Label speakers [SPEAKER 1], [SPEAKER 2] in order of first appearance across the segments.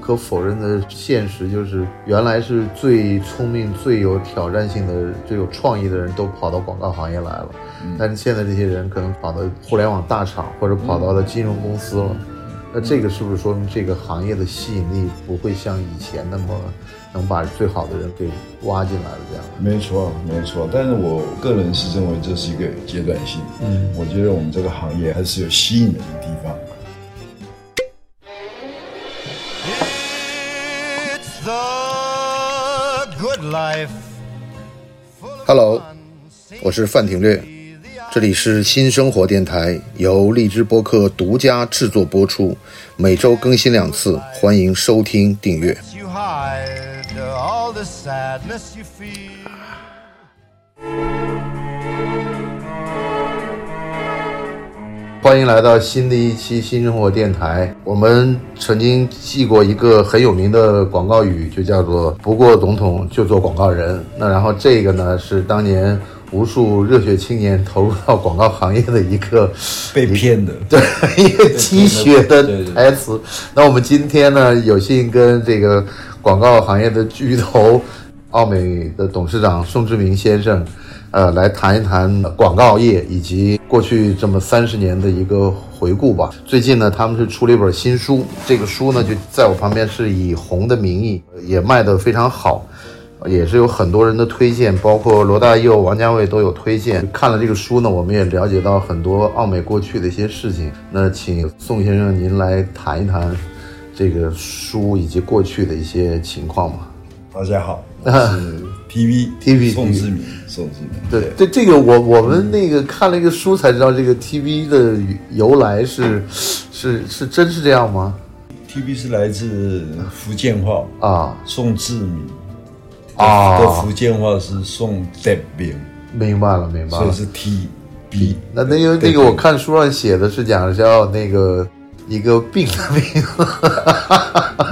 [SPEAKER 1] 可否认的现实就是，原来是最聪明、最有挑战性的、最有创意的人都跑到广告行业来了，但是现在这些人可能跑到互联网大厂或者跑到了金融公司了。那这个是不是说明这个行业的吸引力不会像以前那么能把最好的人给挖进来了？这样，
[SPEAKER 2] 没错，没错。但是我个人是认为这是一个阶段性。嗯，我觉得我们这个行业还是有吸引人的地方。
[SPEAKER 3] It's the good life.
[SPEAKER 4] Hello，我是范廷略，这里是新生活电台，由荔枝播客独家制作播出，每周更新两次，欢迎收听订阅。
[SPEAKER 3] You hide all the sadness you feel.
[SPEAKER 1] 欢迎来到新的一期新生活电台。我们曾经记过一个很有名的广告语，就叫做“不过总统就做广告人”。那然后这个呢，是当年无数热血青年投入到广告行业的一个
[SPEAKER 2] 被骗的，
[SPEAKER 1] 对，一个鸡血的台词。那我们今天呢，有幸跟这个广告行业的巨头，奥美的董事长宋志明先生，呃，来谈一谈广告业以及过去这么三十年的一个回顾吧。最近呢，他们是出了一本新书，这个书呢就在我旁边，是以红的名义，呃也卖得非常好。也是有很多人的推荐，包括罗大佑、王家卫都有推荐。看了这个书呢，我们也了解到很多奥美过去的一些事情。那请宋先生您来谈一谈这个书以及过去的一些情况吧。
[SPEAKER 2] 大家好，我是 TV
[SPEAKER 1] TV
[SPEAKER 2] 宋志明，宋志明。
[SPEAKER 1] 对对，这个我我们那个看了一个书才知道，这个 TV 的由来是是是真是这样吗？
[SPEAKER 2] ，TV 是来自福建话，
[SPEAKER 1] 啊，
[SPEAKER 2] 宋志明
[SPEAKER 1] 啊
[SPEAKER 2] 的福建话是宋德明，
[SPEAKER 1] 明白了明白
[SPEAKER 2] 所以
[SPEAKER 1] 了。
[SPEAKER 2] 是 T B。
[SPEAKER 1] 啊那那因为那个我看书上写的是讲叫那个一个病的名字。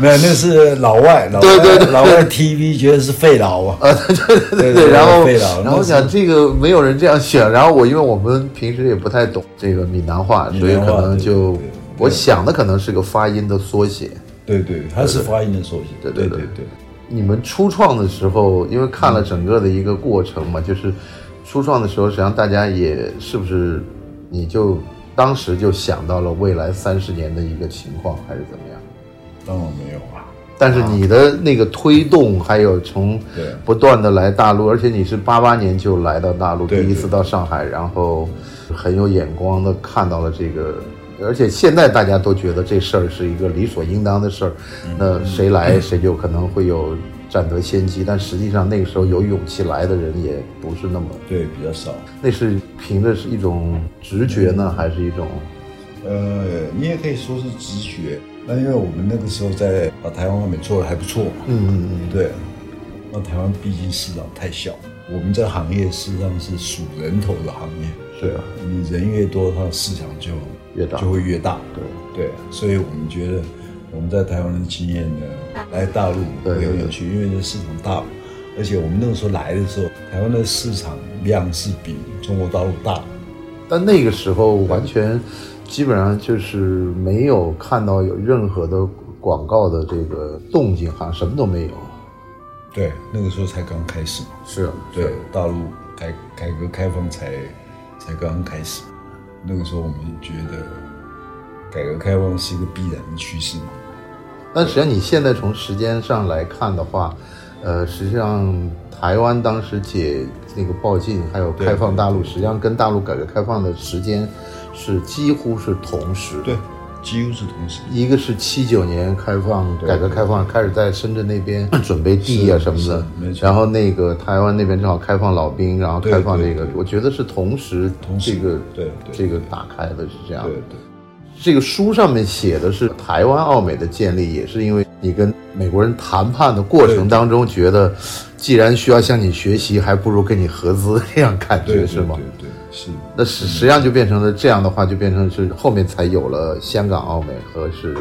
[SPEAKER 2] 没有，那是老外，老外
[SPEAKER 1] 对对对
[SPEAKER 2] 老外 TV 觉得是肺痨啊。
[SPEAKER 1] 啊，对对对对
[SPEAKER 2] 对对
[SPEAKER 1] 然后
[SPEAKER 2] 费了
[SPEAKER 1] 然后
[SPEAKER 2] 那是
[SPEAKER 1] 想这个没有人这样选，然后我因为我们平时也不太懂这个闽南话，所以
[SPEAKER 2] 闽南
[SPEAKER 1] 可
[SPEAKER 2] 话
[SPEAKER 1] 能
[SPEAKER 2] 对
[SPEAKER 1] 就
[SPEAKER 2] 对对
[SPEAKER 1] 我想的可能是个发音的缩写。
[SPEAKER 2] 对对，它是发音的缩写。
[SPEAKER 1] 对对
[SPEAKER 2] 对
[SPEAKER 1] 对
[SPEAKER 2] 对，
[SPEAKER 1] 你们初创的时候，因为看
[SPEAKER 2] 嗯
[SPEAKER 1] 了整个的一个过程嘛，就是初创的时候，实际上大家也是不是你就当时就想到了未来三十年的一个情况，还是怎么样？
[SPEAKER 2] 当然没有啊。
[SPEAKER 1] 但是你的那个推动，还有从
[SPEAKER 2] 对
[SPEAKER 1] 不断的来大陆，而且你是八八年就来到大陆，
[SPEAKER 2] 对
[SPEAKER 1] 第一次到上海，然后很有眼光的看到了这个，而且现在大家都觉得这事儿是一个理所应当的事儿，
[SPEAKER 2] 嗯
[SPEAKER 1] 那谁来谁就可能会有占得先机，但实际上那个时候有勇气来的人也不是那么，
[SPEAKER 2] 对，比较少。
[SPEAKER 1] 那是凭着是一种直觉呢，
[SPEAKER 2] 嗯
[SPEAKER 1] 还是一种
[SPEAKER 2] 呃，你也可以说是直觉。那因为我们那个时候在把台湾方面做的还不错嘛。
[SPEAKER 1] 嗯嗯嗯
[SPEAKER 2] 对。那台湾毕竟市场太小，我们这行业事实上是数人头的行业。
[SPEAKER 1] 是啊
[SPEAKER 2] 你人越多，它的市场就
[SPEAKER 1] 越大
[SPEAKER 2] 就会越大。
[SPEAKER 1] 对。
[SPEAKER 2] 对，啊所以我们觉得我们在台湾的经验呢，来大陆
[SPEAKER 1] 对
[SPEAKER 2] 会
[SPEAKER 1] 对
[SPEAKER 2] 很有趣，因为这市场大嘛，而且我们那个时候来的时候，台湾的市场量是比中国大陆大。
[SPEAKER 1] 但那个时候完全基本上就是没有看到有任何的广告的这个动静，好像什么都没有。
[SPEAKER 2] 对，那个时候才刚开始嘛。
[SPEAKER 1] 是，
[SPEAKER 2] 啊对，大陆改改革开放才才刚刚开始，那个时候我们觉得改革开放是一个必然的趋势嘛。
[SPEAKER 1] 但实际上你现在从时间上来看的话，呃，实际上台湾当时解那个报禁还有
[SPEAKER 2] 对
[SPEAKER 1] 开放大陆，实际上跟大陆改革开放的时间是几乎是同时。
[SPEAKER 2] 对，几乎是同时。
[SPEAKER 1] 一个是七九年开放，
[SPEAKER 2] 对
[SPEAKER 1] 改革开放开始在深圳那边准备地啊
[SPEAKER 2] 嗯是
[SPEAKER 1] 什么的
[SPEAKER 2] 是没，错
[SPEAKER 1] 然后那个台湾那边正好开放老兵，然后
[SPEAKER 2] 对
[SPEAKER 1] 开放
[SPEAKER 2] 对
[SPEAKER 1] 这个，我觉得是同时
[SPEAKER 2] 同时
[SPEAKER 1] 这个
[SPEAKER 2] 对对
[SPEAKER 1] 这个打开的是这样
[SPEAKER 2] 对
[SPEAKER 1] 的。
[SPEAKER 2] 对。
[SPEAKER 1] 这个书上面写的是台湾奥美的建立，也是因为你跟美国人谈判的过程当中，觉得既然需要向你学习，还不如跟你合资，这样感
[SPEAKER 2] 对
[SPEAKER 1] 觉
[SPEAKER 2] 对
[SPEAKER 1] 是吗？
[SPEAKER 2] 对对是。
[SPEAKER 1] 那实实际上就变成了这样的话，就变成是后面才有了香港奥美和是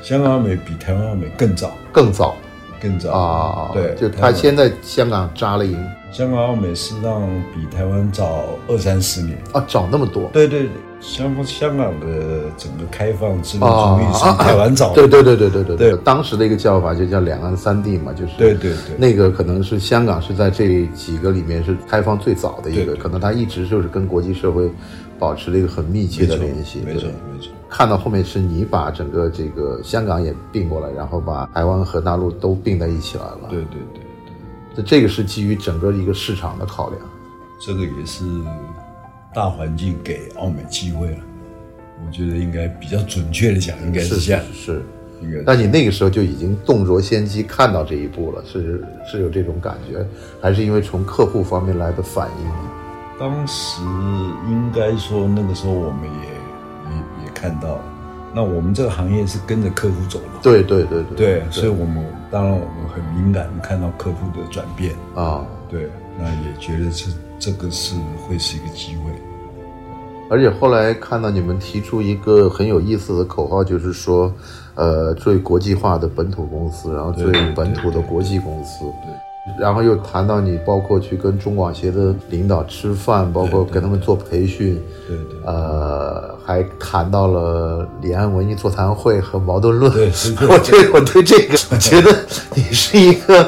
[SPEAKER 2] 香港奥美比台湾奥美更早，
[SPEAKER 1] 更早。
[SPEAKER 2] 更早
[SPEAKER 1] 啊，
[SPEAKER 2] 对，
[SPEAKER 1] 就他先在香港扎了营
[SPEAKER 2] 香港、澳美是让比台湾早二三十年。
[SPEAKER 1] 啊，找那么多
[SPEAKER 2] 对对，对，香香港的整个开放资本主义是
[SPEAKER 1] 啊，
[SPEAKER 2] 台湾早的。
[SPEAKER 1] 对对对对对对
[SPEAKER 2] 对
[SPEAKER 1] 当时的一个叫法就叫两岸三地嘛，就是
[SPEAKER 2] 对对对
[SPEAKER 1] 那个可能是香港是在这几个里面是开放最早的一个，
[SPEAKER 2] 对对
[SPEAKER 1] 可能他一直就是跟国际社会保持了一个很密切
[SPEAKER 2] 没
[SPEAKER 1] 的
[SPEAKER 2] 错
[SPEAKER 1] 联系，
[SPEAKER 2] 没
[SPEAKER 1] 对
[SPEAKER 2] 错没错。
[SPEAKER 1] 看到后面是你把整个这个香港也并过来，然后把台湾和大陆都并在一起来了。
[SPEAKER 2] 对对对对，
[SPEAKER 1] 那这个是基于整个一个市场的考量。
[SPEAKER 2] 这个也是大环境给澳美机会了。我觉得应该比较准确的讲，应该
[SPEAKER 1] 是
[SPEAKER 2] 是这样，
[SPEAKER 1] 是。
[SPEAKER 2] 应该
[SPEAKER 1] 但你那个时候就已经洞着先机，看到这一步了，是是有这种感觉，还是因为从客户方面来的反应呢？
[SPEAKER 2] 当时应该说那个时候我们也也也看到了，那我们这个行业是跟着客户走嘛，
[SPEAKER 1] 对对对对
[SPEAKER 2] 对，所以我们当然我们很敏感地看到客户的转变，
[SPEAKER 1] 啊，
[SPEAKER 2] 对，那也觉得这这个是会是一个机会，
[SPEAKER 1] 而且后来看到你们提出一个很有意思的口号，就是说，呃，最国际化的本土公司，然后最
[SPEAKER 2] 对对对
[SPEAKER 1] 本土的
[SPEAKER 2] 对
[SPEAKER 1] 国际公司。
[SPEAKER 2] 对。
[SPEAKER 1] 然后又谈到你，包括去跟中广协的领导吃饭，包括跟他们做培训，
[SPEAKER 2] 对对对
[SPEAKER 1] 呃，还谈到了离岸文艺座谈会和矛盾论。
[SPEAKER 2] 对是
[SPEAKER 1] 我对我对这个，我觉得你是一个，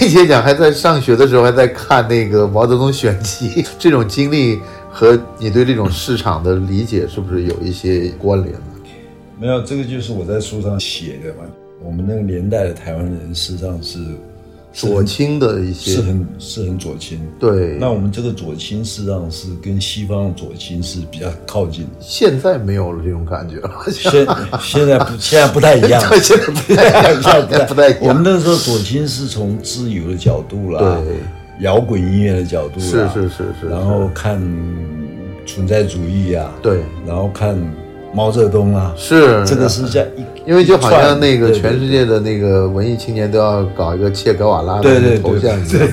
[SPEAKER 1] 并且讲还在上学的时候还在看那个毛泽东选集，这种经历和你对这种市场的理解是不是有一些关联呢？
[SPEAKER 2] 没有，这个就是我在书上写的嘛。我们那个年代的台湾人，事实上是是
[SPEAKER 1] 左
[SPEAKER 2] 很
[SPEAKER 1] 倾的一些
[SPEAKER 2] 是很是很左倾。
[SPEAKER 1] 对，
[SPEAKER 2] 那我们这个左倾，事实上是跟西方的左倾是比较靠近的。
[SPEAKER 1] 现在没有了这种感觉 了，
[SPEAKER 2] 现现在不现在不太一 样，
[SPEAKER 1] 现在不太一样， 现
[SPEAKER 2] 现
[SPEAKER 1] 在
[SPEAKER 2] 在
[SPEAKER 1] 不
[SPEAKER 2] 不
[SPEAKER 1] 太
[SPEAKER 2] 太
[SPEAKER 1] 一样
[SPEAKER 2] 一样。我们那个时候左倾是从自由的角度啦，
[SPEAKER 1] 对，
[SPEAKER 2] 摇滚音乐的角度
[SPEAKER 1] 是
[SPEAKER 2] 啦，
[SPEAKER 1] 是是是，
[SPEAKER 2] 然后看存在主义啊，
[SPEAKER 1] 对，
[SPEAKER 2] 然后看毛泽东啊，
[SPEAKER 1] 是
[SPEAKER 2] 这个是在一，
[SPEAKER 1] 嗯因为就好
[SPEAKER 2] 一
[SPEAKER 1] 像
[SPEAKER 2] 串
[SPEAKER 1] 那个
[SPEAKER 2] 对对
[SPEAKER 1] 全世界的那个文艺青年都要搞一个切格瓦拉
[SPEAKER 2] 对
[SPEAKER 1] 的
[SPEAKER 2] 对对
[SPEAKER 1] 头像一样，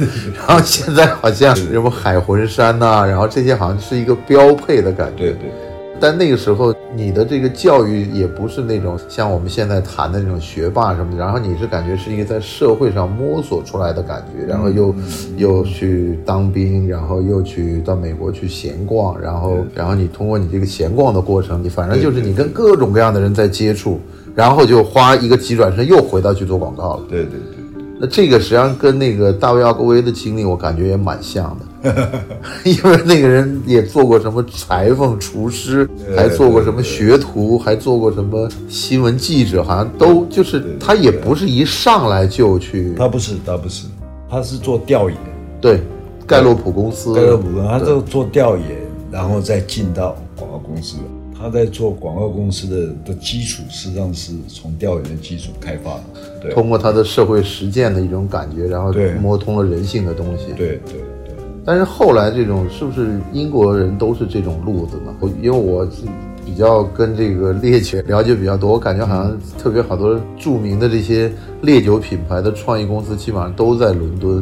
[SPEAKER 1] 然后现在好像什么海魂衫呐、然后这些好像是一个标配的感
[SPEAKER 2] 对
[SPEAKER 1] 觉。
[SPEAKER 2] 对。
[SPEAKER 1] 但那个时候你的这个教育也不是那种像我们现在谈的那种学霸什么的，然后你是感觉是一个在社会上摸索出来的感觉，然后又又去当兵，然后又去到美国去闲逛，然后然后你通过你这个闲逛的过程，你反正就是你跟各种各样的人在接触，然后就花一个急转身又回到去做广告了。
[SPEAKER 2] 对对对，
[SPEAKER 1] 那这个实际上跟那个大卫奥格威的经历，我感觉也蛮像的， 因为那个人也做过什么裁缝、厨师，还做过什么学徒，还做过什么新闻记者，好像都就是他也不是一上来就去
[SPEAKER 2] 他不是，他不是，他是做调研，
[SPEAKER 1] 对盖洛普公司，
[SPEAKER 2] 盖勒普他做做调研，然后再进到广告公司。他在做广告公司的的基础，实际上是从调研的基础开发的。对
[SPEAKER 1] 通过他的社会实践的一种感觉，然后
[SPEAKER 2] 对
[SPEAKER 1] 摸通了人性的东西。
[SPEAKER 2] 对对对，
[SPEAKER 1] 但是后来这种是不是英国人都是这种路子呢？我因为我是比较跟这个烈酒了解比较多，我感觉好像特别好多著名的这些烈酒品牌的创意公司基本上都在伦敦，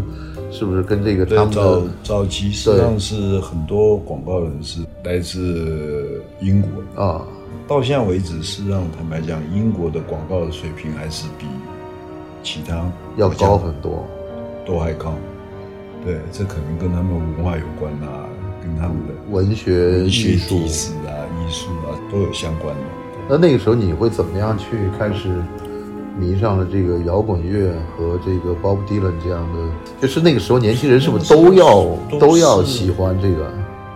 [SPEAKER 1] 是不是跟这个他们
[SPEAKER 2] 对早
[SPEAKER 1] 的
[SPEAKER 2] 早期实际上是很多广告人是来自英国，
[SPEAKER 1] 啊
[SPEAKER 2] 到现在为止，事实上坦白讲，英国的广告的水平还是比其他
[SPEAKER 1] 要
[SPEAKER 2] 国家
[SPEAKER 1] 高很多？
[SPEAKER 2] 都还高。对，这可能跟他们文化有关啊，跟他们的
[SPEAKER 1] 文学、
[SPEAKER 2] 文学
[SPEAKER 1] 艺术，
[SPEAKER 2] 历史啊、艺术啊都有相关的。
[SPEAKER 1] 那那个时候你会怎么样去开始迷上了这个摇滚乐和这个 Bob Dylan 这样的？就是那个时候年轻人是不是都要
[SPEAKER 2] 都是
[SPEAKER 1] 都要喜欢这个？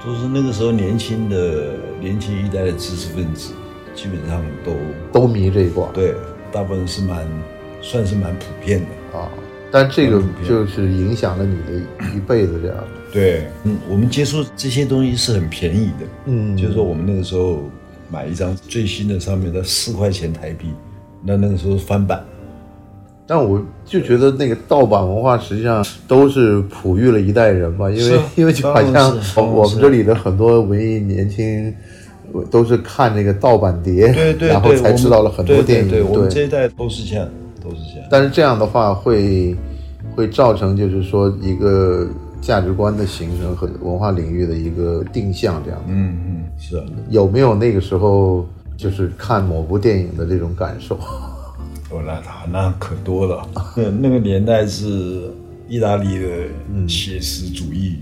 [SPEAKER 2] 就是那个时候年轻的年轻一代的知识分子，基本上都
[SPEAKER 1] 都迷这一挂？
[SPEAKER 2] 对，大部分是蛮算是蛮普遍的。
[SPEAKER 1] 啊，但这个就是影响了你的一辈子这样。
[SPEAKER 2] 对，嗯，我们接触这些东西是很便宜的，
[SPEAKER 1] 嗯
[SPEAKER 2] 就是说我们那个时候买一张最新的上面的四块钱台币，那那个时候是翻版。
[SPEAKER 1] 但我就觉得那个盗版文化实际上都是哺育了一代人嘛，因为
[SPEAKER 2] 是啊
[SPEAKER 1] 因为就好
[SPEAKER 2] 当然
[SPEAKER 1] 像
[SPEAKER 2] 是当然
[SPEAKER 1] 我我们
[SPEAKER 2] 是
[SPEAKER 1] 这里的很多文艺年轻。呃都是看这个盗版碟，
[SPEAKER 2] 对对对，
[SPEAKER 1] 然后才知道了很多
[SPEAKER 2] 我们
[SPEAKER 1] 电影。
[SPEAKER 2] 对对对，我们这一代都是这样，都是这样。
[SPEAKER 1] 但是这样的话会会造成就是说一个价值观的形成和文化领域的一个定向这样子。
[SPEAKER 2] 嗯嗯，是啊，
[SPEAKER 1] 有没有那个时候就是看某部电影的这种感受？
[SPEAKER 2] 我哦那他那可多了，那那个年代是意大利的写实主义、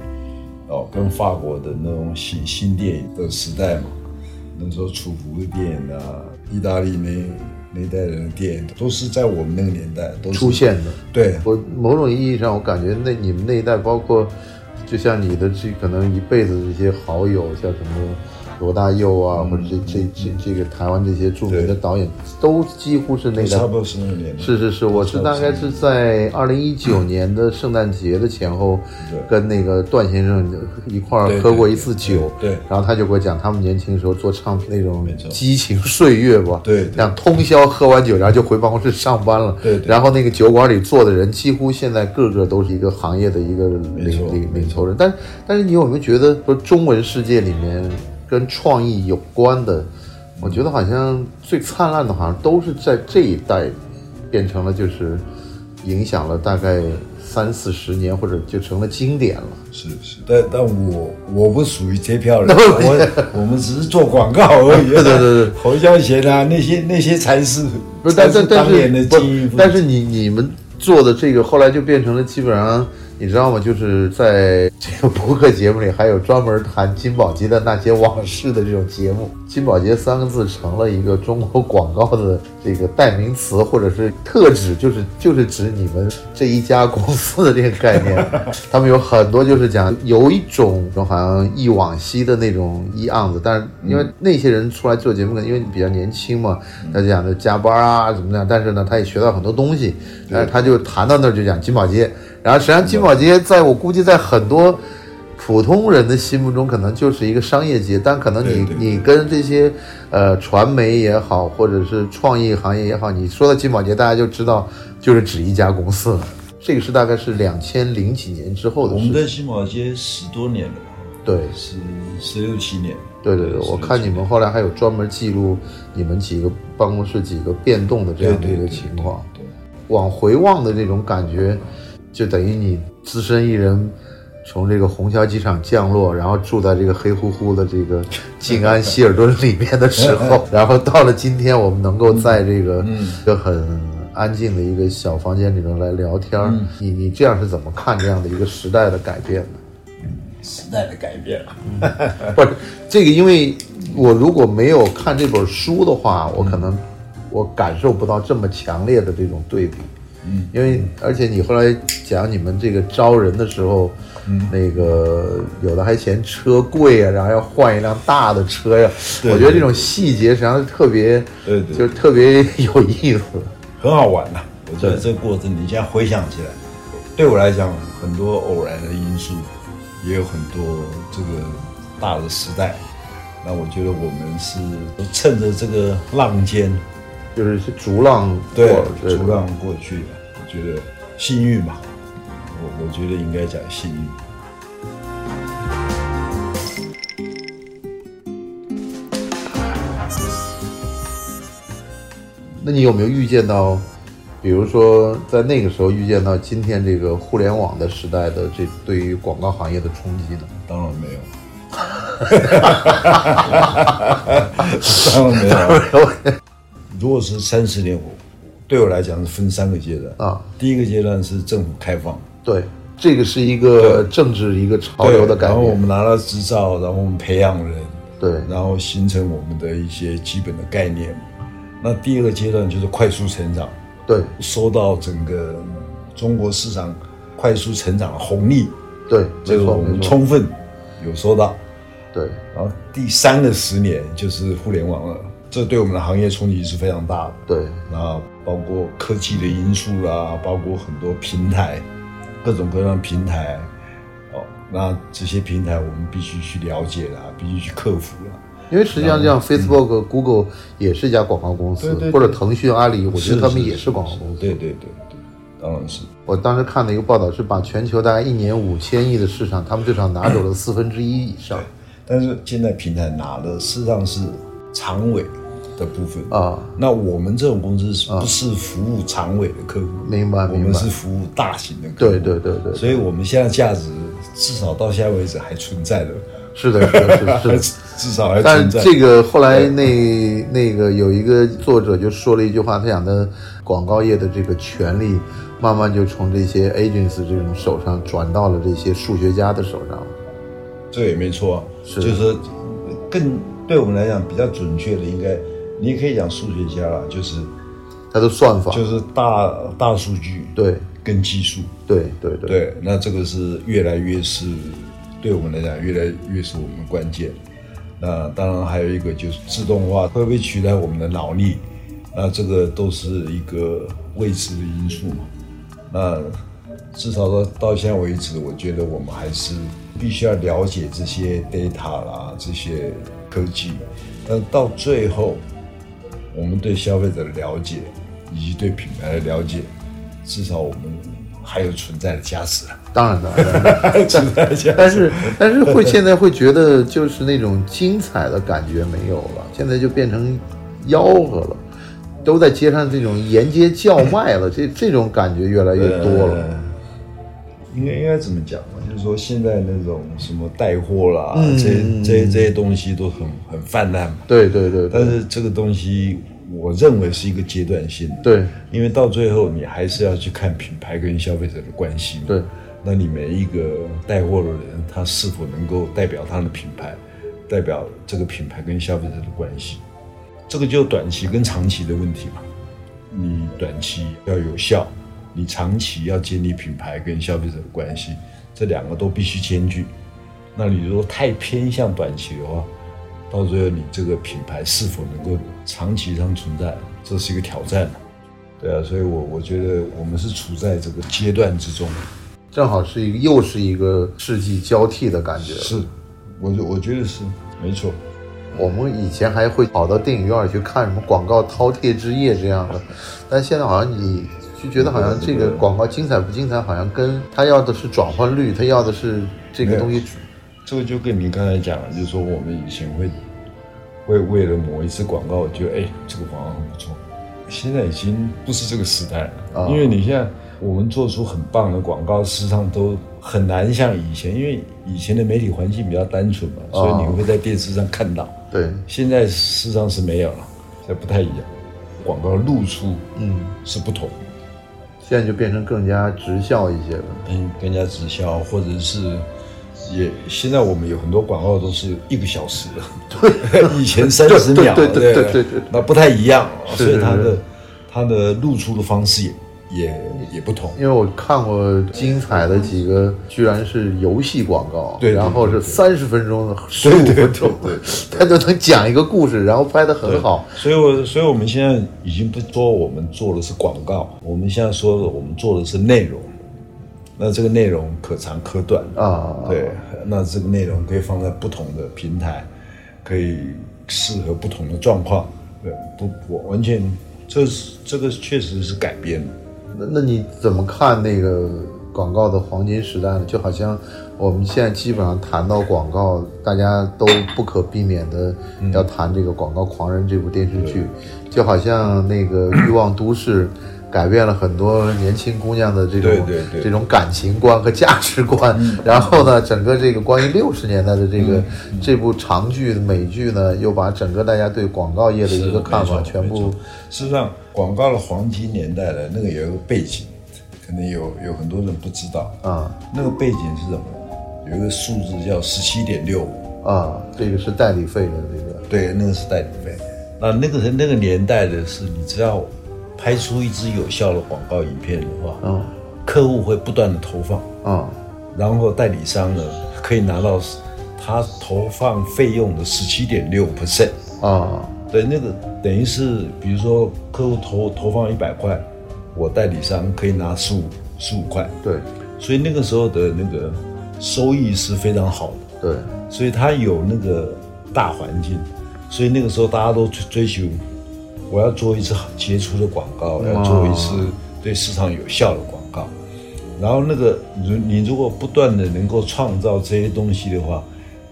[SPEAKER 2] 哦，跟法国的那种新新电影的时代嘛。那时候楚服的电影啊，意大利那那代人的电影都是在我们那个年代都是
[SPEAKER 1] 出现的。
[SPEAKER 2] 对，
[SPEAKER 1] 我某种意义上，我感觉那你们那一代，包括就像你的这可能一辈子这些好友，像什么罗大佑啊，或者这这这这个台湾这些著名的
[SPEAKER 2] 对
[SPEAKER 1] 导演，都几乎是那代
[SPEAKER 2] 差不多是那个年代。
[SPEAKER 1] 是是是，我是大概是在二零一九年的圣诞节的前后
[SPEAKER 2] 对，
[SPEAKER 1] 跟那个段先生一块儿
[SPEAKER 2] 对
[SPEAKER 1] 喝
[SPEAKER 2] 对
[SPEAKER 1] 过
[SPEAKER 2] 对
[SPEAKER 1] 一次酒，
[SPEAKER 2] 对对
[SPEAKER 1] 然后他就给我讲他们年轻时候做唱片那种
[SPEAKER 2] 没错
[SPEAKER 1] 激情岁月吧，
[SPEAKER 2] 对对
[SPEAKER 1] 这样通宵喝完酒，然后就回办公室上班了，
[SPEAKER 2] 对对
[SPEAKER 1] 然后那个酒馆里坐的人，几乎现在个个都是一个行业的一个
[SPEAKER 2] 没错
[SPEAKER 1] 领领
[SPEAKER 2] 没
[SPEAKER 1] 领头人，但但是你有没有觉得说中文世界里面跟创意有关的？我觉得好像最灿烂的，好像都是在这一代变成了就是影响了大概三四十年，或者就成了经典了。
[SPEAKER 2] 是是，但但我我不属于这票人，啊我我们只是做广告而已。对
[SPEAKER 1] 对对对，
[SPEAKER 2] 侯孝贤啊，那些那些才是
[SPEAKER 1] 不是，
[SPEAKER 2] 才
[SPEAKER 1] 但
[SPEAKER 2] 是
[SPEAKER 1] 但但
[SPEAKER 2] 当年的
[SPEAKER 1] 是
[SPEAKER 2] 精英
[SPEAKER 1] 不，
[SPEAKER 2] 分子。
[SPEAKER 1] 但是你你们做的这个后来就变成了基本上，你知道吗？就是在 这个播客节目里，还有专门谈金宝洁的那些往事的这种节目。金宝洁三个字成了一个中国广告的这个代名词，或者是特指，就是就是指你们这一家公司的这个概念。他们有很多就是讲有一种好像忆往昔的那种一样子，但是因
[SPEAKER 2] 嗯
[SPEAKER 1] 为那些人出来做节目，可能因为你比较年轻嘛，他就讲的加班啊怎么样，但是呢，他也学到很多东西，但是他就谈到那儿就讲金宝街，然后实际上金宝街在我估计在很多。普通人的心目中可能就是一个商业街，但可能你
[SPEAKER 2] 对对
[SPEAKER 1] 你跟这些呃传媒也好，或者是创意行业也好，你说到金宝洁，大家就知道就是指一家公司了。这个是大概是两千零几年之后的
[SPEAKER 2] 我
[SPEAKER 1] 事
[SPEAKER 2] 们
[SPEAKER 1] 情。
[SPEAKER 2] 在新马街十多年了吧，
[SPEAKER 1] 对
[SPEAKER 2] 十十六七年。
[SPEAKER 1] 对对对，我看你们后来还有专门记录你们几个办公室几个变动的这
[SPEAKER 2] 对
[SPEAKER 1] 样的
[SPEAKER 2] 对
[SPEAKER 1] 一
[SPEAKER 2] 对
[SPEAKER 1] 个
[SPEAKER 2] 对
[SPEAKER 1] 情况。
[SPEAKER 2] 对，
[SPEAKER 1] 往回望的这种感觉，就等于你只身一人从这个虹桥机场降落，然后住在这个黑乎乎的这 个静安希尔顿里面的时候，然后到了今天，我们能够在这个、
[SPEAKER 2] 嗯
[SPEAKER 1] 一个很安静的一个小房间里头来聊天儿，
[SPEAKER 2] 嗯
[SPEAKER 1] 你你这样是怎么看这样的一个时代的改变呢？
[SPEAKER 2] 时代的改变了。
[SPEAKER 1] 不是这个，因为我如果没有看这本书的话，我可
[SPEAKER 2] 嗯
[SPEAKER 1] 能我感受不到这么强烈的这种对比。嗯，因为而且你后来讲你们这个招人的时候，
[SPEAKER 2] 嗯
[SPEAKER 1] 那个有的还嫌车贵啊，然后要换一辆大的车呀、
[SPEAKER 2] 对
[SPEAKER 1] 我觉得这种细节实际上是特别，
[SPEAKER 2] 对对
[SPEAKER 1] 就特别有意思。
[SPEAKER 2] 很好玩呐、我觉得这个过程，你现在回想起来，对我来讲，很多偶然的因素，也有很多这个大的时代。那我觉得我们是趁着这个浪尖，
[SPEAKER 1] 就是是逐浪过
[SPEAKER 2] 对
[SPEAKER 1] 了，这
[SPEAKER 2] 逐浪过去的，我觉得幸运吧。我我觉得应该讲幸运。
[SPEAKER 1] 那你有没有预见到，比如说在那个时候预见到今天这个互联网的时代的这对于广告行业的冲击呢？
[SPEAKER 2] 当然没有，当然没有。如果是三十年，我对我来讲是分三个阶段
[SPEAKER 1] 啊。
[SPEAKER 2] 第一个阶段是政府开放，
[SPEAKER 1] 对，这个是一个政治一个潮流的
[SPEAKER 2] 对
[SPEAKER 1] 改
[SPEAKER 2] 然后我
[SPEAKER 1] 变。
[SPEAKER 2] 们拿到执照，然后我们培养人，
[SPEAKER 1] 对
[SPEAKER 2] 然后形成我们的一些基本的概念。那第二个阶段就是快速成长，
[SPEAKER 1] 对
[SPEAKER 2] 收到整个嗯中国市场快速成长的红利，
[SPEAKER 1] 对，
[SPEAKER 2] 这
[SPEAKER 1] 没
[SPEAKER 2] 个
[SPEAKER 1] 错
[SPEAKER 2] 我们
[SPEAKER 1] 没错。
[SPEAKER 2] 充分有收到。
[SPEAKER 1] 对
[SPEAKER 2] 然后第三个十年就是互联网了，这对我们的行业冲击是非常大的。
[SPEAKER 1] 对
[SPEAKER 2] 那包括科技的因素啦，包括很多平台，各种各样的平台，哦，那这些平台我们必须去了解啦，必须去克服啊啦。
[SPEAKER 1] 因为实际上，像 Facebook、Google 也是一家广告公司
[SPEAKER 2] 对对，对
[SPEAKER 1] 或者腾讯、阿里，我觉
[SPEAKER 2] 是
[SPEAKER 1] 得他们也是广告公司。
[SPEAKER 2] 对对对对，当然是。
[SPEAKER 1] 我当时看了一个报道，是把全球大概一年五千亿的市场，他们至少拿走了四分之一以上
[SPEAKER 2] 但是现在平台拿的事实上是常委的部分
[SPEAKER 1] 啊。
[SPEAKER 2] 那我们这种公司是不是服务常委的客户？
[SPEAKER 1] 明白
[SPEAKER 2] 我
[SPEAKER 1] 明
[SPEAKER 2] 们
[SPEAKER 1] 白
[SPEAKER 2] 是服务大型的客户。
[SPEAKER 1] 对对对对，
[SPEAKER 2] 所以我们现在价值至少到现在为止还存在的，
[SPEAKER 1] 是的，是的，是的，是的。
[SPEAKER 2] 至少还
[SPEAKER 1] 但
[SPEAKER 2] 存
[SPEAKER 1] 是
[SPEAKER 2] 在。
[SPEAKER 1] 这个后来那那个有一个作者就说了一句话，他讲的广告业的这个权利，慢慢就从这些 agents 这种手上转到了这些数学家的手上了。
[SPEAKER 2] 对，没错，啊
[SPEAKER 1] 是
[SPEAKER 2] 就是更对我们来讲比较准确的，应该你也可以讲数学家了，就是
[SPEAKER 1] 他的算法，
[SPEAKER 2] 就是大大数据
[SPEAKER 1] 对
[SPEAKER 2] 跟技术，
[SPEAKER 1] 对对对，
[SPEAKER 2] 对，那这个是越来越是对我们来讲越来越是我们关键。那当然还有一个就是自动化会不会取代我们的脑力？那这个都是一个未知的因素嘛。那至少说到现在为止，我觉得我们还是必须要了解这些 data 啦，这些科技。但到最后，我们对消费者的了解以及对品牌的了解，至少我们还有存在的价值啊，
[SPEAKER 1] 当然当然。当然
[SPEAKER 2] 还有存在的价值。
[SPEAKER 1] 但是但是会现在会觉得就是那种精彩的感觉没有了，现在就变成吆喝了，都在街上这种沿街叫卖了，这这种感觉越来越多了。
[SPEAKER 2] 呃。应该应该怎么讲嘛？就是说现在那种什么带货啦，这这这些东西都很很泛滥嘛。
[SPEAKER 1] 对对对
[SPEAKER 2] 但
[SPEAKER 1] 对
[SPEAKER 2] 是这个东西，我认为是一个阶段性的，
[SPEAKER 1] 对
[SPEAKER 2] 因为到最后你还是要去看品牌跟消费者的关系嘛。
[SPEAKER 1] 对，
[SPEAKER 2] 那你每一个带货的人，他是否能够代表他的品牌，代表这个品牌跟消费者的关系，这个就短期跟长期的问题嘛。你短期要有效，你长期要建立品牌跟消费者的关系，这两个都必须兼具。那你如果太偏向短期的话，到最后你这个品牌是否能够长期上存在，这是一个挑战。对啊，所以我我觉得我们是处在这个阶段之中。
[SPEAKER 1] 正好是一个又是一个世纪交替的感觉。
[SPEAKER 2] 是，我觉我觉得是没错。
[SPEAKER 1] 我们以前还会跑到电影院去看什么广告饕餮之夜这样的，但现在好像你就觉得好像这个广告精彩不精彩，好像跟他要的是转换率，他要的是这个东西
[SPEAKER 2] 这个就跟你刚才讲的，就是说我们以前会会为了某一次广告，觉得哎这个广告很不错，现在已经不是这个时代了，
[SPEAKER 1] 啊
[SPEAKER 2] 因为你现在我们做出很棒的广告，事实上都很难像以前，因为以前的媒体环境比较单纯嘛，所以你会在电视上看到，
[SPEAKER 1] 对，
[SPEAKER 2] 现在事实上是没有了，现在不太一样，广告露出
[SPEAKER 1] 嗯。
[SPEAKER 2] 是不同的。
[SPEAKER 1] 现在就变成更加直效一些了。
[SPEAKER 2] 嗯，更加直销，或者是也现在我们有很多广告都是一个小时， 对，以前三十秒，
[SPEAKER 1] 对对对
[SPEAKER 2] 不
[SPEAKER 1] 对对对
[SPEAKER 2] 那不太一样，啊
[SPEAKER 1] 是
[SPEAKER 2] 所以它
[SPEAKER 1] 是
[SPEAKER 2] 的
[SPEAKER 1] 是
[SPEAKER 2] 它的露出的方式也也也不同
[SPEAKER 1] 因，为我看过精彩的几个，居然是游戏广告，
[SPEAKER 2] 对对
[SPEAKER 1] 然后是三十分钟、十五分钟， 他都能讲一个故事，然后拍得很好。
[SPEAKER 2] 所以我所以我们现在已经不说我们做的是广告，我们现在说的我们做的是内容，那这个内容可长可短
[SPEAKER 1] 啊
[SPEAKER 2] 对，那这个内容可以放在不同的平台，可以适合不同的状况，对，不，我完全这是这个确实是改编了。
[SPEAKER 1] 那那你怎么看那个广告的黄金时代呢？就好像我们现在基本上谈到广告，大家都不可避免的
[SPEAKER 2] 嗯
[SPEAKER 1] 要谈这个《广告狂人》这部电视剧，就好像那个《欲望都市》。改变了很多年轻姑娘的这种
[SPEAKER 2] 对对对嗯
[SPEAKER 1] 这种感情观和价值观， 然后呢，整个这个关于六十年代的这个、
[SPEAKER 2] 嗯
[SPEAKER 1] 这部长剧美剧呢，又把整个大家对广告业的一
[SPEAKER 2] 是
[SPEAKER 1] 个看法
[SPEAKER 2] 没错
[SPEAKER 1] 全
[SPEAKER 2] 没
[SPEAKER 1] 部
[SPEAKER 2] 错事实上，广告的黄金年代呢，那个有一个背景，可能有有很多人不知道。
[SPEAKER 1] 啊
[SPEAKER 2] 那个背景是什么？有一个数字叫十七点六五。
[SPEAKER 1] 啊，这个是代理费的这个
[SPEAKER 2] 对，那个是代理费。那那个那个年代的是，你只要拍出一支有效的广告影片的话，
[SPEAKER 1] 嗯，
[SPEAKER 2] 客户会不断的投放，
[SPEAKER 1] 啊、
[SPEAKER 2] 然后代理商呢可以拿到他投放费用的十七点六 percent。
[SPEAKER 1] 啊，
[SPEAKER 2] 对，那个等于是，比如说客户投投放一百块，我代理商可以拿十五十五块，
[SPEAKER 1] 对
[SPEAKER 2] 所以那个时候的那个收益是非常好的。
[SPEAKER 1] 对，
[SPEAKER 2] 所以它有那个大环境，所以那个时候大家都追追求，我要做一次好杰出的广告，我要做一次对市场有效的广告。然后那个如你如果不断的能够创造这些东西的话，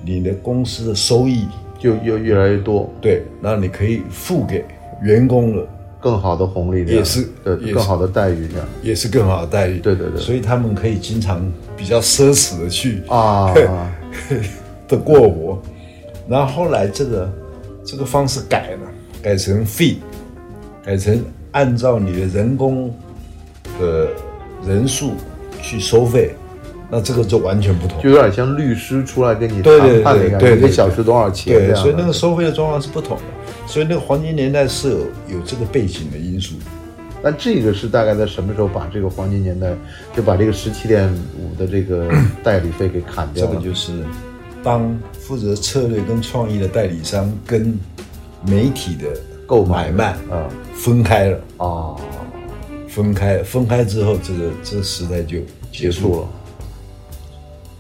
[SPEAKER 2] 你的公司的收益
[SPEAKER 1] 就又越来越多，
[SPEAKER 2] 对，那你可以付给员工了，
[SPEAKER 1] 更好的红利这样
[SPEAKER 2] 也是
[SPEAKER 1] 对
[SPEAKER 2] 也是
[SPEAKER 1] 更好的待遇这样
[SPEAKER 2] 也是更好的待遇。
[SPEAKER 1] 对对对
[SPEAKER 2] 所以他们可以经常比较奢侈的去
[SPEAKER 1] 啊，
[SPEAKER 2] 的过活。然后后来这个这个方式改了，改成 fee，改成按照你的人工的人数去收费，那这个就完全不同。
[SPEAKER 1] 就有点像律师出来跟你
[SPEAKER 2] 对
[SPEAKER 1] 谈
[SPEAKER 2] 对
[SPEAKER 1] 判那
[SPEAKER 2] 对
[SPEAKER 1] 个，
[SPEAKER 2] 对
[SPEAKER 1] 一
[SPEAKER 2] 对
[SPEAKER 1] 个小时多少钱这
[SPEAKER 2] 对，
[SPEAKER 1] 样的？
[SPEAKER 2] 所以那个收费的状况是不同的，所以那个黄金年代是有有这个背景的因素。
[SPEAKER 1] 那这个是大概在什么时候把这个黄金年代就把这个十七点五的这个代理费给砍
[SPEAKER 2] 嗯这
[SPEAKER 1] 掉
[SPEAKER 2] 个
[SPEAKER 1] 了？
[SPEAKER 2] 就是当负责策略跟创意的代理商跟媒体的
[SPEAKER 1] 购买
[SPEAKER 2] 买卖
[SPEAKER 1] 啊
[SPEAKER 2] 分开了，
[SPEAKER 1] 哦，
[SPEAKER 2] 分开了分开之后，这个这个时代就结
[SPEAKER 1] 结束
[SPEAKER 2] 束了。
[SPEAKER 1] 了。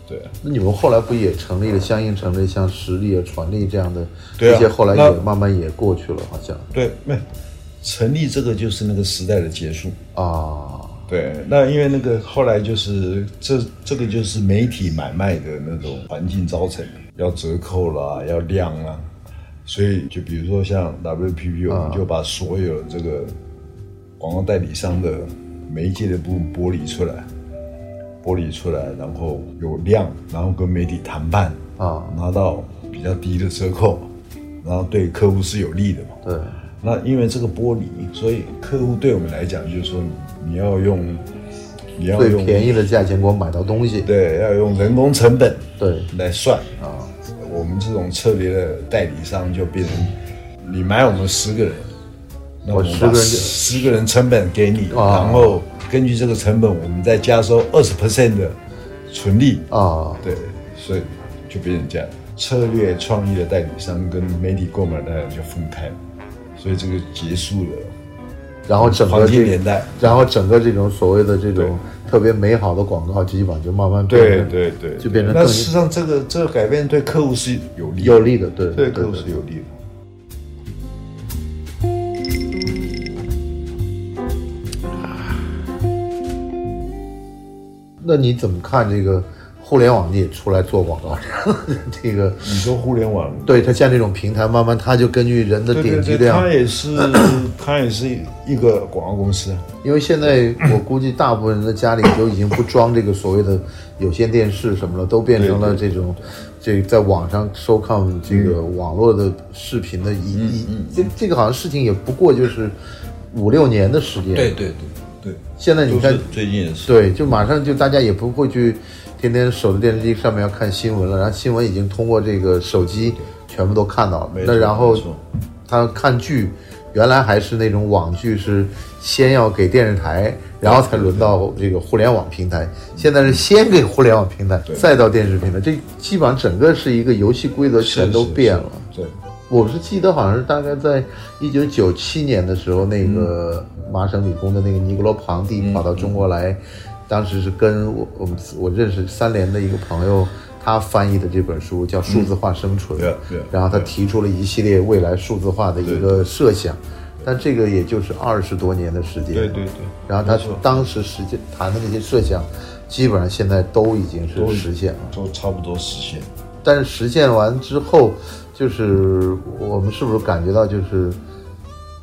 [SPEAKER 2] 对啊，
[SPEAKER 1] 那你们后来不也成立了相应成立像实力啊、传力这样的
[SPEAKER 2] 对啊
[SPEAKER 1] 这些，后来
[SPEAKER 2] 那
[SPEAKER 1] 也慢慢也过去了，好像
[SPEAKER 2] 对，没成立这个就是那个时代的结束。
[SPEAKER 1] 啊，
[SPEAKER 2] 对，那因为那个后来就是这这个就是媒体买卖的那种环境造成的，要折扣啦，要量啦，所以就比如说像 WPP，我们就把所有这个广告代理商的媒介的部分剥离出来，剥离出来，然后有量，然后跟媒体谈判
[SPEAKER 1] 啊
[SPEAKER 2] 拿到比较低的折扣，然后对客户是有利的嘛。
[SPEAKER 1] 对，
[SPEAKER 2] 那因为这个玻璃，所以客户对我们来讲就是说，你要用，你要
[SPEAKER 1] 最
[SPEAKER 2] 用
[SPEAKER 1] 便宜的价钱给我买到东西，
[SPEAKER 2] 对，要用人工成本
[SPEAKER 1] 对
[SPEAKER 2] 来算啊。我们这种策略的代理商就变成，你买我们十个人，那我们
[SPEAKER 1] 我10
[SPEAKER 2] 把
[SPEAKER 1] 哦个人就
[SPEAKER 2] 十个人成本给你，
[SPEAKER 1] 啊
[SPEAKER 2] 然后根据这个成本，我们再加收二十 percent 的纯利
[SPEAKER 1] 啊，
[SPEAKER 2] 对，所以就变成这样。策略创意的代理商跟媒体购买的代理商就分开了，所以这个结束了。
[SPEAKER 1] 然后整个
[SPEAKER 2] 黄金
[SPEAKER 1] 这
[SPEAKER 2] 年代，
[SPEAKER 1] 然后整个这种所谓的这种
[SPEAKER 2] 对
[SPEAKER 1] 特别美好的广告，基本上就慢慢变
[SPEAKER 2] 对
[SPEAKER 1] 成
[SPEAKER 2] 对对，
[SPEAKER 1] 就变成
[SPEAKER 2] 那
[SPEAKER 1] 更
[SPEAKER 2] 事实上，这个这个改变对客户是有利的，
[SPEAKER 1] 有利的，嗯对
[SPEAKER 2] 对
[SPEAKER 1] 对
[SPEAKER 2] 客户是有利的。
[SPEAKER 1] 那你怎么看这个互联网也出来做广告？ 这个
[SPEAKER 2] 你说互联网，
[SPEAKER 1] 对它像这种平台，慢慢它就根据人的
[SPEAKER 2] 对
[SPEAKER 1] 点击
[SPEAKER 2] 对
[SPEAKER 1] 嗯
[SPEAKER 2] 对，
[SPEAKER 1] 量
[SPEAKER 2] 它，也 是它也是一个广告公司啊，
[SPEAKER 1] 因为现在我估计大部分人的家里都已经不装这个所谓的有线电视什么了，都变成了这种。这在网上收看这个网络的视频的一一、这这个好像事情也不过就是五六年的时间。
[SPEAKER 2] 对对对，
[SPEAKER 1] 现在你
[SPEAKER 2] 就是
[SPEAKER 1] 看，
[SPEAKER 2] 最近也是，
[SPEAKER 1] 对，就马上就大家也不会去天天守着电视机上面要看新闻了，然后新闻已经通过这个手机全部都看到了
[SPEAKER 2] 没。错
[SPEAKER 1] 那然后
[SPEAKER 2] 没错
[SPEAKER 1] 他看剧，原来还是那种网剧，是先要给电视台，然后才轮到这个互联网平台。现在是先给互联网平台，
[SPEAKER 2] 嗯对
[SPEAKER 1] 再到电视平台，这基本上整个是一个游戏规则全都
[SPEAKER 2] 是
[SPEAKER 1] 变了。，
[SPEAKER 2] 是是对。
[SPEAKER 1] 我是记得好像是大概在一九九七年的时候，那
[SPEAKER 2] 嗯
[SPEAKER 1] 个麻省理工的那个尼古罗庞蒂跑到中国来，当时是跟我我们我认识三联的一个朋友，他翻译的这本书叫《数字化生存》
[SPEAKER 2] 对啊对啊
[SPEAKER 1] 然后他提出了一系列未来数字化的一个设想，但这个也就是二十多年的时间，
[SPEAKER 2] 对对对
[SPEAKER 1] 然后他
[SPEAKER 2] 没错
[SPEAKER 1] 当时实际谈的那些设想，基本上现在都已经是实现了。
[SPEAKER 2] 都差不多实现。
[SPEAKER 1] 但是实践完之后，就是我们是不是感觉到就是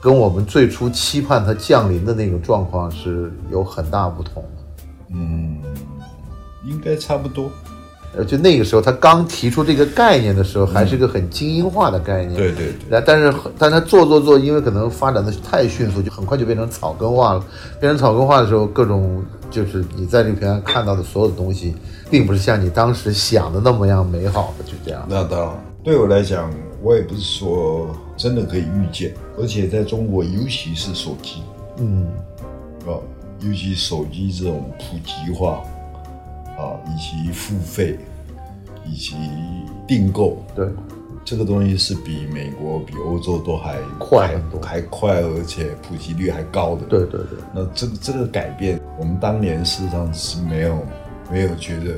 [SPEAKER 1] 跟我们最初期盼它降临的那种状况是有很大不同的？
[SPEAKER 2] 嗯，应该差不多。
[SPEAKER 1] 呃，就那个时候他刚提出这个概念的时候，还是个很精英化的概念。
[SPEAKER 2] 对对对
[SPEAKER 1] 然但是很但他做做做，因为可能发展的太迅速，就很快就变成草根化了。变成草根化的时候，各种就是你在这个平台看到的所有的东西，并不是像你当时想的那么样美好的，就这样。
[SPEAKER 2] 那当然，对我来讲，我也不是说真的可以预见，而且在中国，尤其是手机，
[SPEAKER 1] 嗯，
[SPEAKER 2] 啊，尤其手机这种普及化啊，以及付费，以及订购，
[SPEAKER 1] 对。
[SPEAKER 2] 这个东西是比美国、比欧洲都还
[SPEAKER 1] 快很多
[SPEAKER 2] 还快，而且普及率还高的。
[SPEAKER 1] 对对对，
[SPEAKER 2] 那这个这个改变，我们当年事实上是没有没有觉得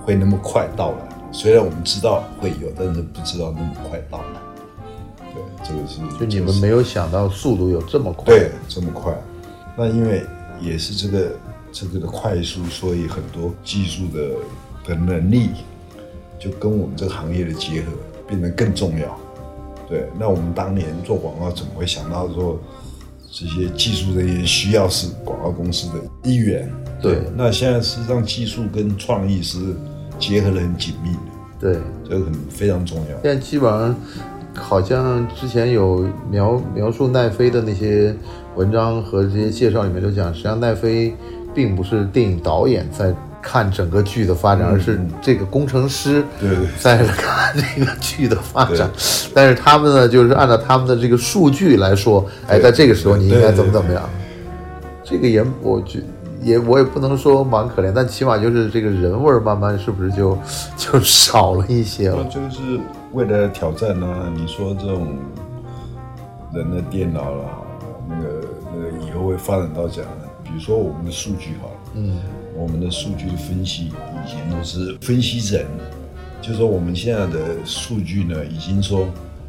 [SPEAKER 2] 会那么快到来。虽然我们知道会有，但是不知道那么快到来。对，这个是
[SPEAKER 1] 就你们没有想到速度有这么快。
[SPEAKER 2] 对这么快。那因为也是这个这个的快速，所以很多技术的的能力就跟我们这个行业的结合变得更重要。对，那我们当年做广告怎么会想到说这些技术人员需要是广告公司的一员？
[SPEAKER 1] 对
[SPEAKER 2] 那现在事实上技术跟创意是结合的很紧密的。
[SPEAKER 1] 对，
[SPEAKER 2] 这个很非常重要。
[SPEAKER 1] 现在基本上好像之前有描描述奈飞的那些文章和这些介绍里面就讲，实际上奈飞并不是电影导演在看整个剧的发展，而是这个工程师
[SPEAKER 2] 嗯对对
[SPEAKER 1] 在看 这个剧的发展。但是他们呢，就是按照他们的这个数据来说，哎，在这个时候你应该怎么怎么样。这个也，我觉也我也不能说蛮可怜，但起码就是这个人味儿慢慢是不是就就少了一些
[SPEAKER 2] 那
[SPEAKER 1] 了？
[SPEAKER 2] 就是为了挑战呢、你说这种人的电脑啦、那个那个以后会发展到讲，比如说我们的数据好了，嗯，我们的数据的分析以前都是分析人，就说我们现在的数据呢，已经说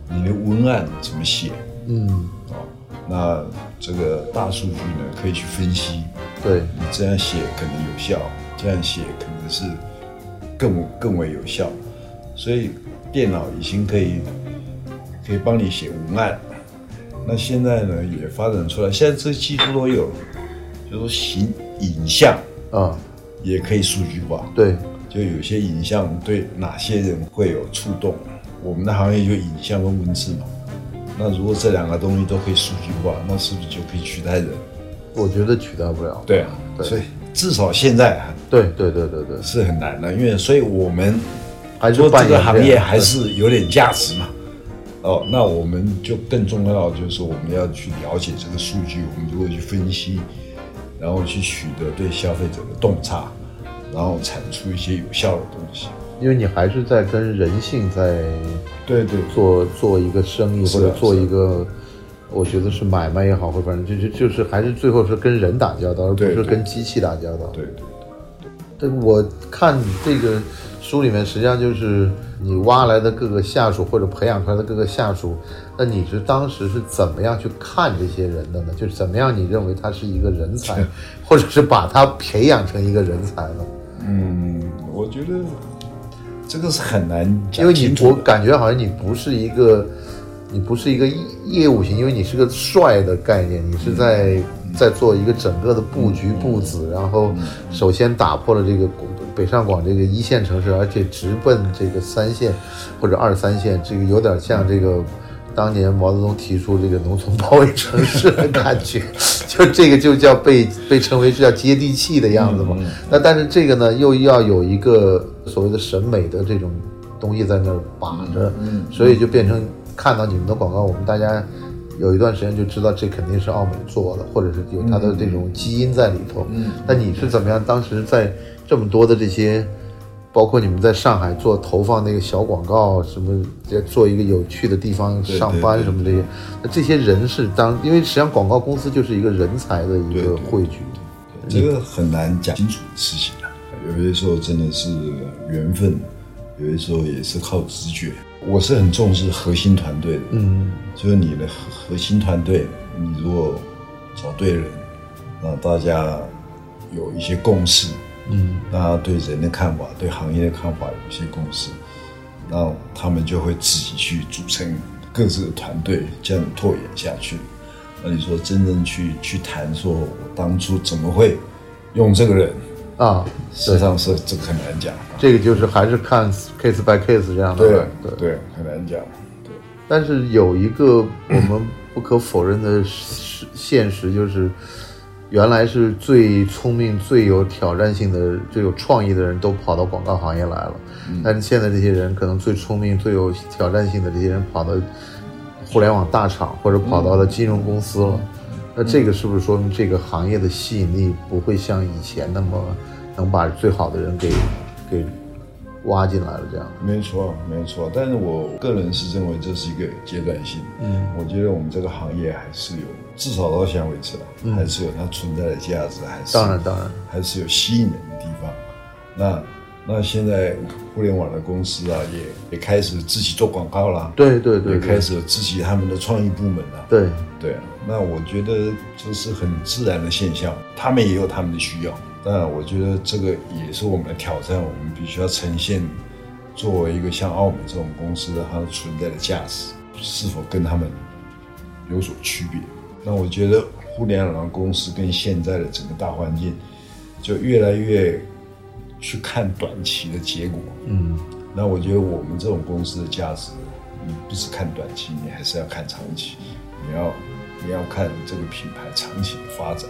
[SPEAKER 2] 你的文案怎么写
[SPEAKER 1] 嗯，
[SPEAKER 2] 啊、那这个大数据呢可以去分析，
[SPEAKER 1] 对，
[SPEAKER 2] 你这样写可能有效，这样写可能是更更为有效。所以电脑已经可以可以帮你写文案。那现在呢，也发展出来，现在这技术都有，就是说形影像
[SPEAKER 1] 啊、
[SPEAKER 2] 也可以数据化，
[SPEAKER 1] 对，
[SPEAKER 2] 就有些影像对哪些人会有触动。我们的行业就影像跟文字嘛，那如果这两个东西都可以数据化，那是不是就可以取代人？
[SPEAKER 1] 我觉得取代不了。
[SPEAKER 2] 对啊，
[SPEAKER 1] 对
[SPEAKER 2] 所以至少现在啊，
[SPEAKER 1] 对对对对对，
[SPEAKER 2] 是很难的，因为所以我们
[SPEAKER 1] 还是
[SPEAKER 2] 做
[SPEAKER 1] 扮
[SPEAKER 2] 这
[SPEAKER 1] 演
[SPEAKER 2] 个行
[SPEAKER 1] 这
[SPEAKER 2] 业
[SPEAKER 1] 样
[SPEAKER 2] 还是有点价值嘛。哦，那我们就更重要的就是我们要去了解这个数据，我们如何去分析，然后去取得对消费者的洞察，然后产出一些有效的东西。
[SPEAKER 1] 因为你还是在跟人性在
[SPEAKER 2] 对对
[SPEAKER 1] 做做一个生意，
[SPEAKER 2] 是
[SPEAKER 1] 或
[SPEAKER 2] 啊
[SPEAKER 1] 者做一个，我觉得是买卖也好，或者反正就就就是还是最后是跟人打交道，而不
[SPEAKER 2] 对
[SPEAKER 1] 是
[SPEAKER 2] 对
[SPEAKER 1] 跟机器打交道。
[SPEAKER 2] 对
[SPEAKER 1] 对，
[SPEAKER 2] 对，
[SPEAKER 1] 我看你这个书里面，实际上就是你挖来的各个下属或者培养出来的各个下属，那你是当时是怎么样去看这些人的呢？就是怎么样你认为他是一个人才，或者是把他培养成一个人才呢？
[SPEAKER 2] 嗯，我觉得这个是很难
[SPEAKER 1] 因为
[SPEAKER 2] 讲
[SPEAKER 1] 你
[SPEAKER 2] 清
[SPEAKER 1] 我
[SPEAKER 2] 楚的。
[SPEAKER 1] 感觉好像你不是一个，你不是一个业业务型，因为你是个帅的概念，你是在、
[SPEAKER 2] 嗯
[SPEAKER 1] 在做一个整个的布局布子，然后首先打破了这个广北上广这个一线城市，而且直奔这个三线或者二三线，这个有点像这个。当年毛泽东提出这个农村包围城市的感觉，就这个就叫被被称为是叫接地气的样子嘛。
[SPEAKER 2] 嗯
[SPEAKER 1] 那但是这个呢，又要有一个所谓的审美的这种东西在那儿把着，
[SPEAKER 2] 嗯
[SPEAKER 1] 所以就变成看到你们的广告，我们大家有一段时间就知道这肯定是奥美做的，或者是有它
[SPEAKER 2] 嗯
[SPEAKER 1] 的这种基因在里头。那你是怎么样？当时在这么多的这些，包括你们在上海做投放那个小广告，什么做一个有趣的地方
[SPEAKER 2] 对
[SPEAKER 1] 上班什么这些，那这些人是当，因为实际上广告公司就是一个人才的一
[SPEAKER 2] 对
[SPEAKER 1] 个
[SPEAKER 2] 对
[SPEAKER 1] 汇聚。
[SPEAKER 2] 这个很难讲清楚的事情啊。有些时候真的是缘分，有些时候也是靠直觉。我是很重视核心团队的，
[SPEAKER 1] 嗯，
[SPEAKER 2] 就是你的核核心团队，你如果找对人，那大家有一些共识，
[SPEAKER 1] 嗯，
[SPEAKER 2] 大家对人的看法、对行业的看法有一些共识，那他们就会自己去组成各自的团队，这样拓展下去。那你说真正去去谈，说我当初怎么会用这个人，
[SPEAKER 1] 啊，
[SPEAKER 2] 实际上是这个很难讲。
[SPEAKER 1] 这个就是还是看 case by case 这样的。对。
[SPEAKER 2] 对，很难讲。
[SPEAKER 1] 但是有一个我们不可否认的事现实，就是原来是最聪明、最有挑战性的、最有创意的人都跑到广告行业来了，但是现在这些人可能最聪明、最有挑战性的这些人跑到互联网大厂或者跑到了金融公司了。那这个是不是说明这个行业的吸引力不会像以前那么能把最好的人给给挖进来了？这样，
[SPEAKER 2] 没错，没错。但是我个人是认为这是一个阶段性。
[SPEAKER 1] 嗯，
[SPEAKER 2] 我觉得我们这个行业还是有，至少到现在为止啊，还是有它存在的价值，还是
[SPEAKER 1] 嗯当然，当然，
[SPEAKER 2] 还是有吸引人的地方。那那现在互联网的公司啊，也也开始自己做广告啦，
[SPEAKER 1] 对对对，
[SPEAKER 2] 也
[SPEAKER 1] 对
[SPEAKER 2] 开始有自己他们的创意部门啦。
[SPEAKER 1] 对。
[SPEAKER 2] 对啊，那我觉得这是很自然的现象，他们也有他们的需要。当然，我觉得这个也是我们的挑战，我们必须要呈现作为一个像澳门这种公司的它的存在的价值，是否跟他们有所区别？那我觉得互联网公司跟现在的整个大环境，就越来越去看短期的结果，
[SPEAKER 1] 嗯，
[SPEAKER 2] 那我觉得我们这种公司的价值，你不是看短期，你还是要看长期，你要你要看这个品牌长期的发展。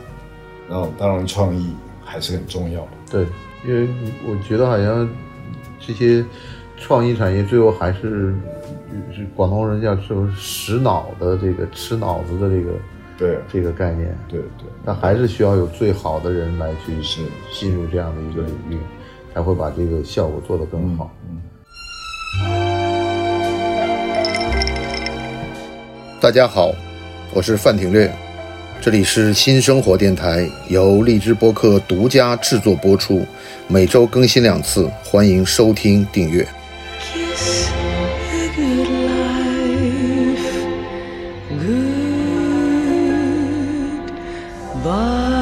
[SPEAKER 2] 然后当然创意还是很重要。
[SPEAKER 1] 对，因为我觉得好像这些创意产业最后还是是广东人叫说食脑的这个吃脑子的这个
[SPEAKER 2] 对
[SPEAKER 1] 这个概念，
[SPEAKER 2] 对对，
[SPEAKER 1] 但还是需要有最好的人来去
[SPEAKER 2] 是
[SPEAKER 1] 进入这样的一个领域，才会把这个效果做得更好。
[SPEAKER 2] 嗯，
[SPEAKER 4] 嗯大家好，我是范廷略，这里是新生活电台，由荔枝播客独家制作播出，每周更新两次，欢迎收听订阅。
[SPEAKER 5] Kiss a good life. Goodbye.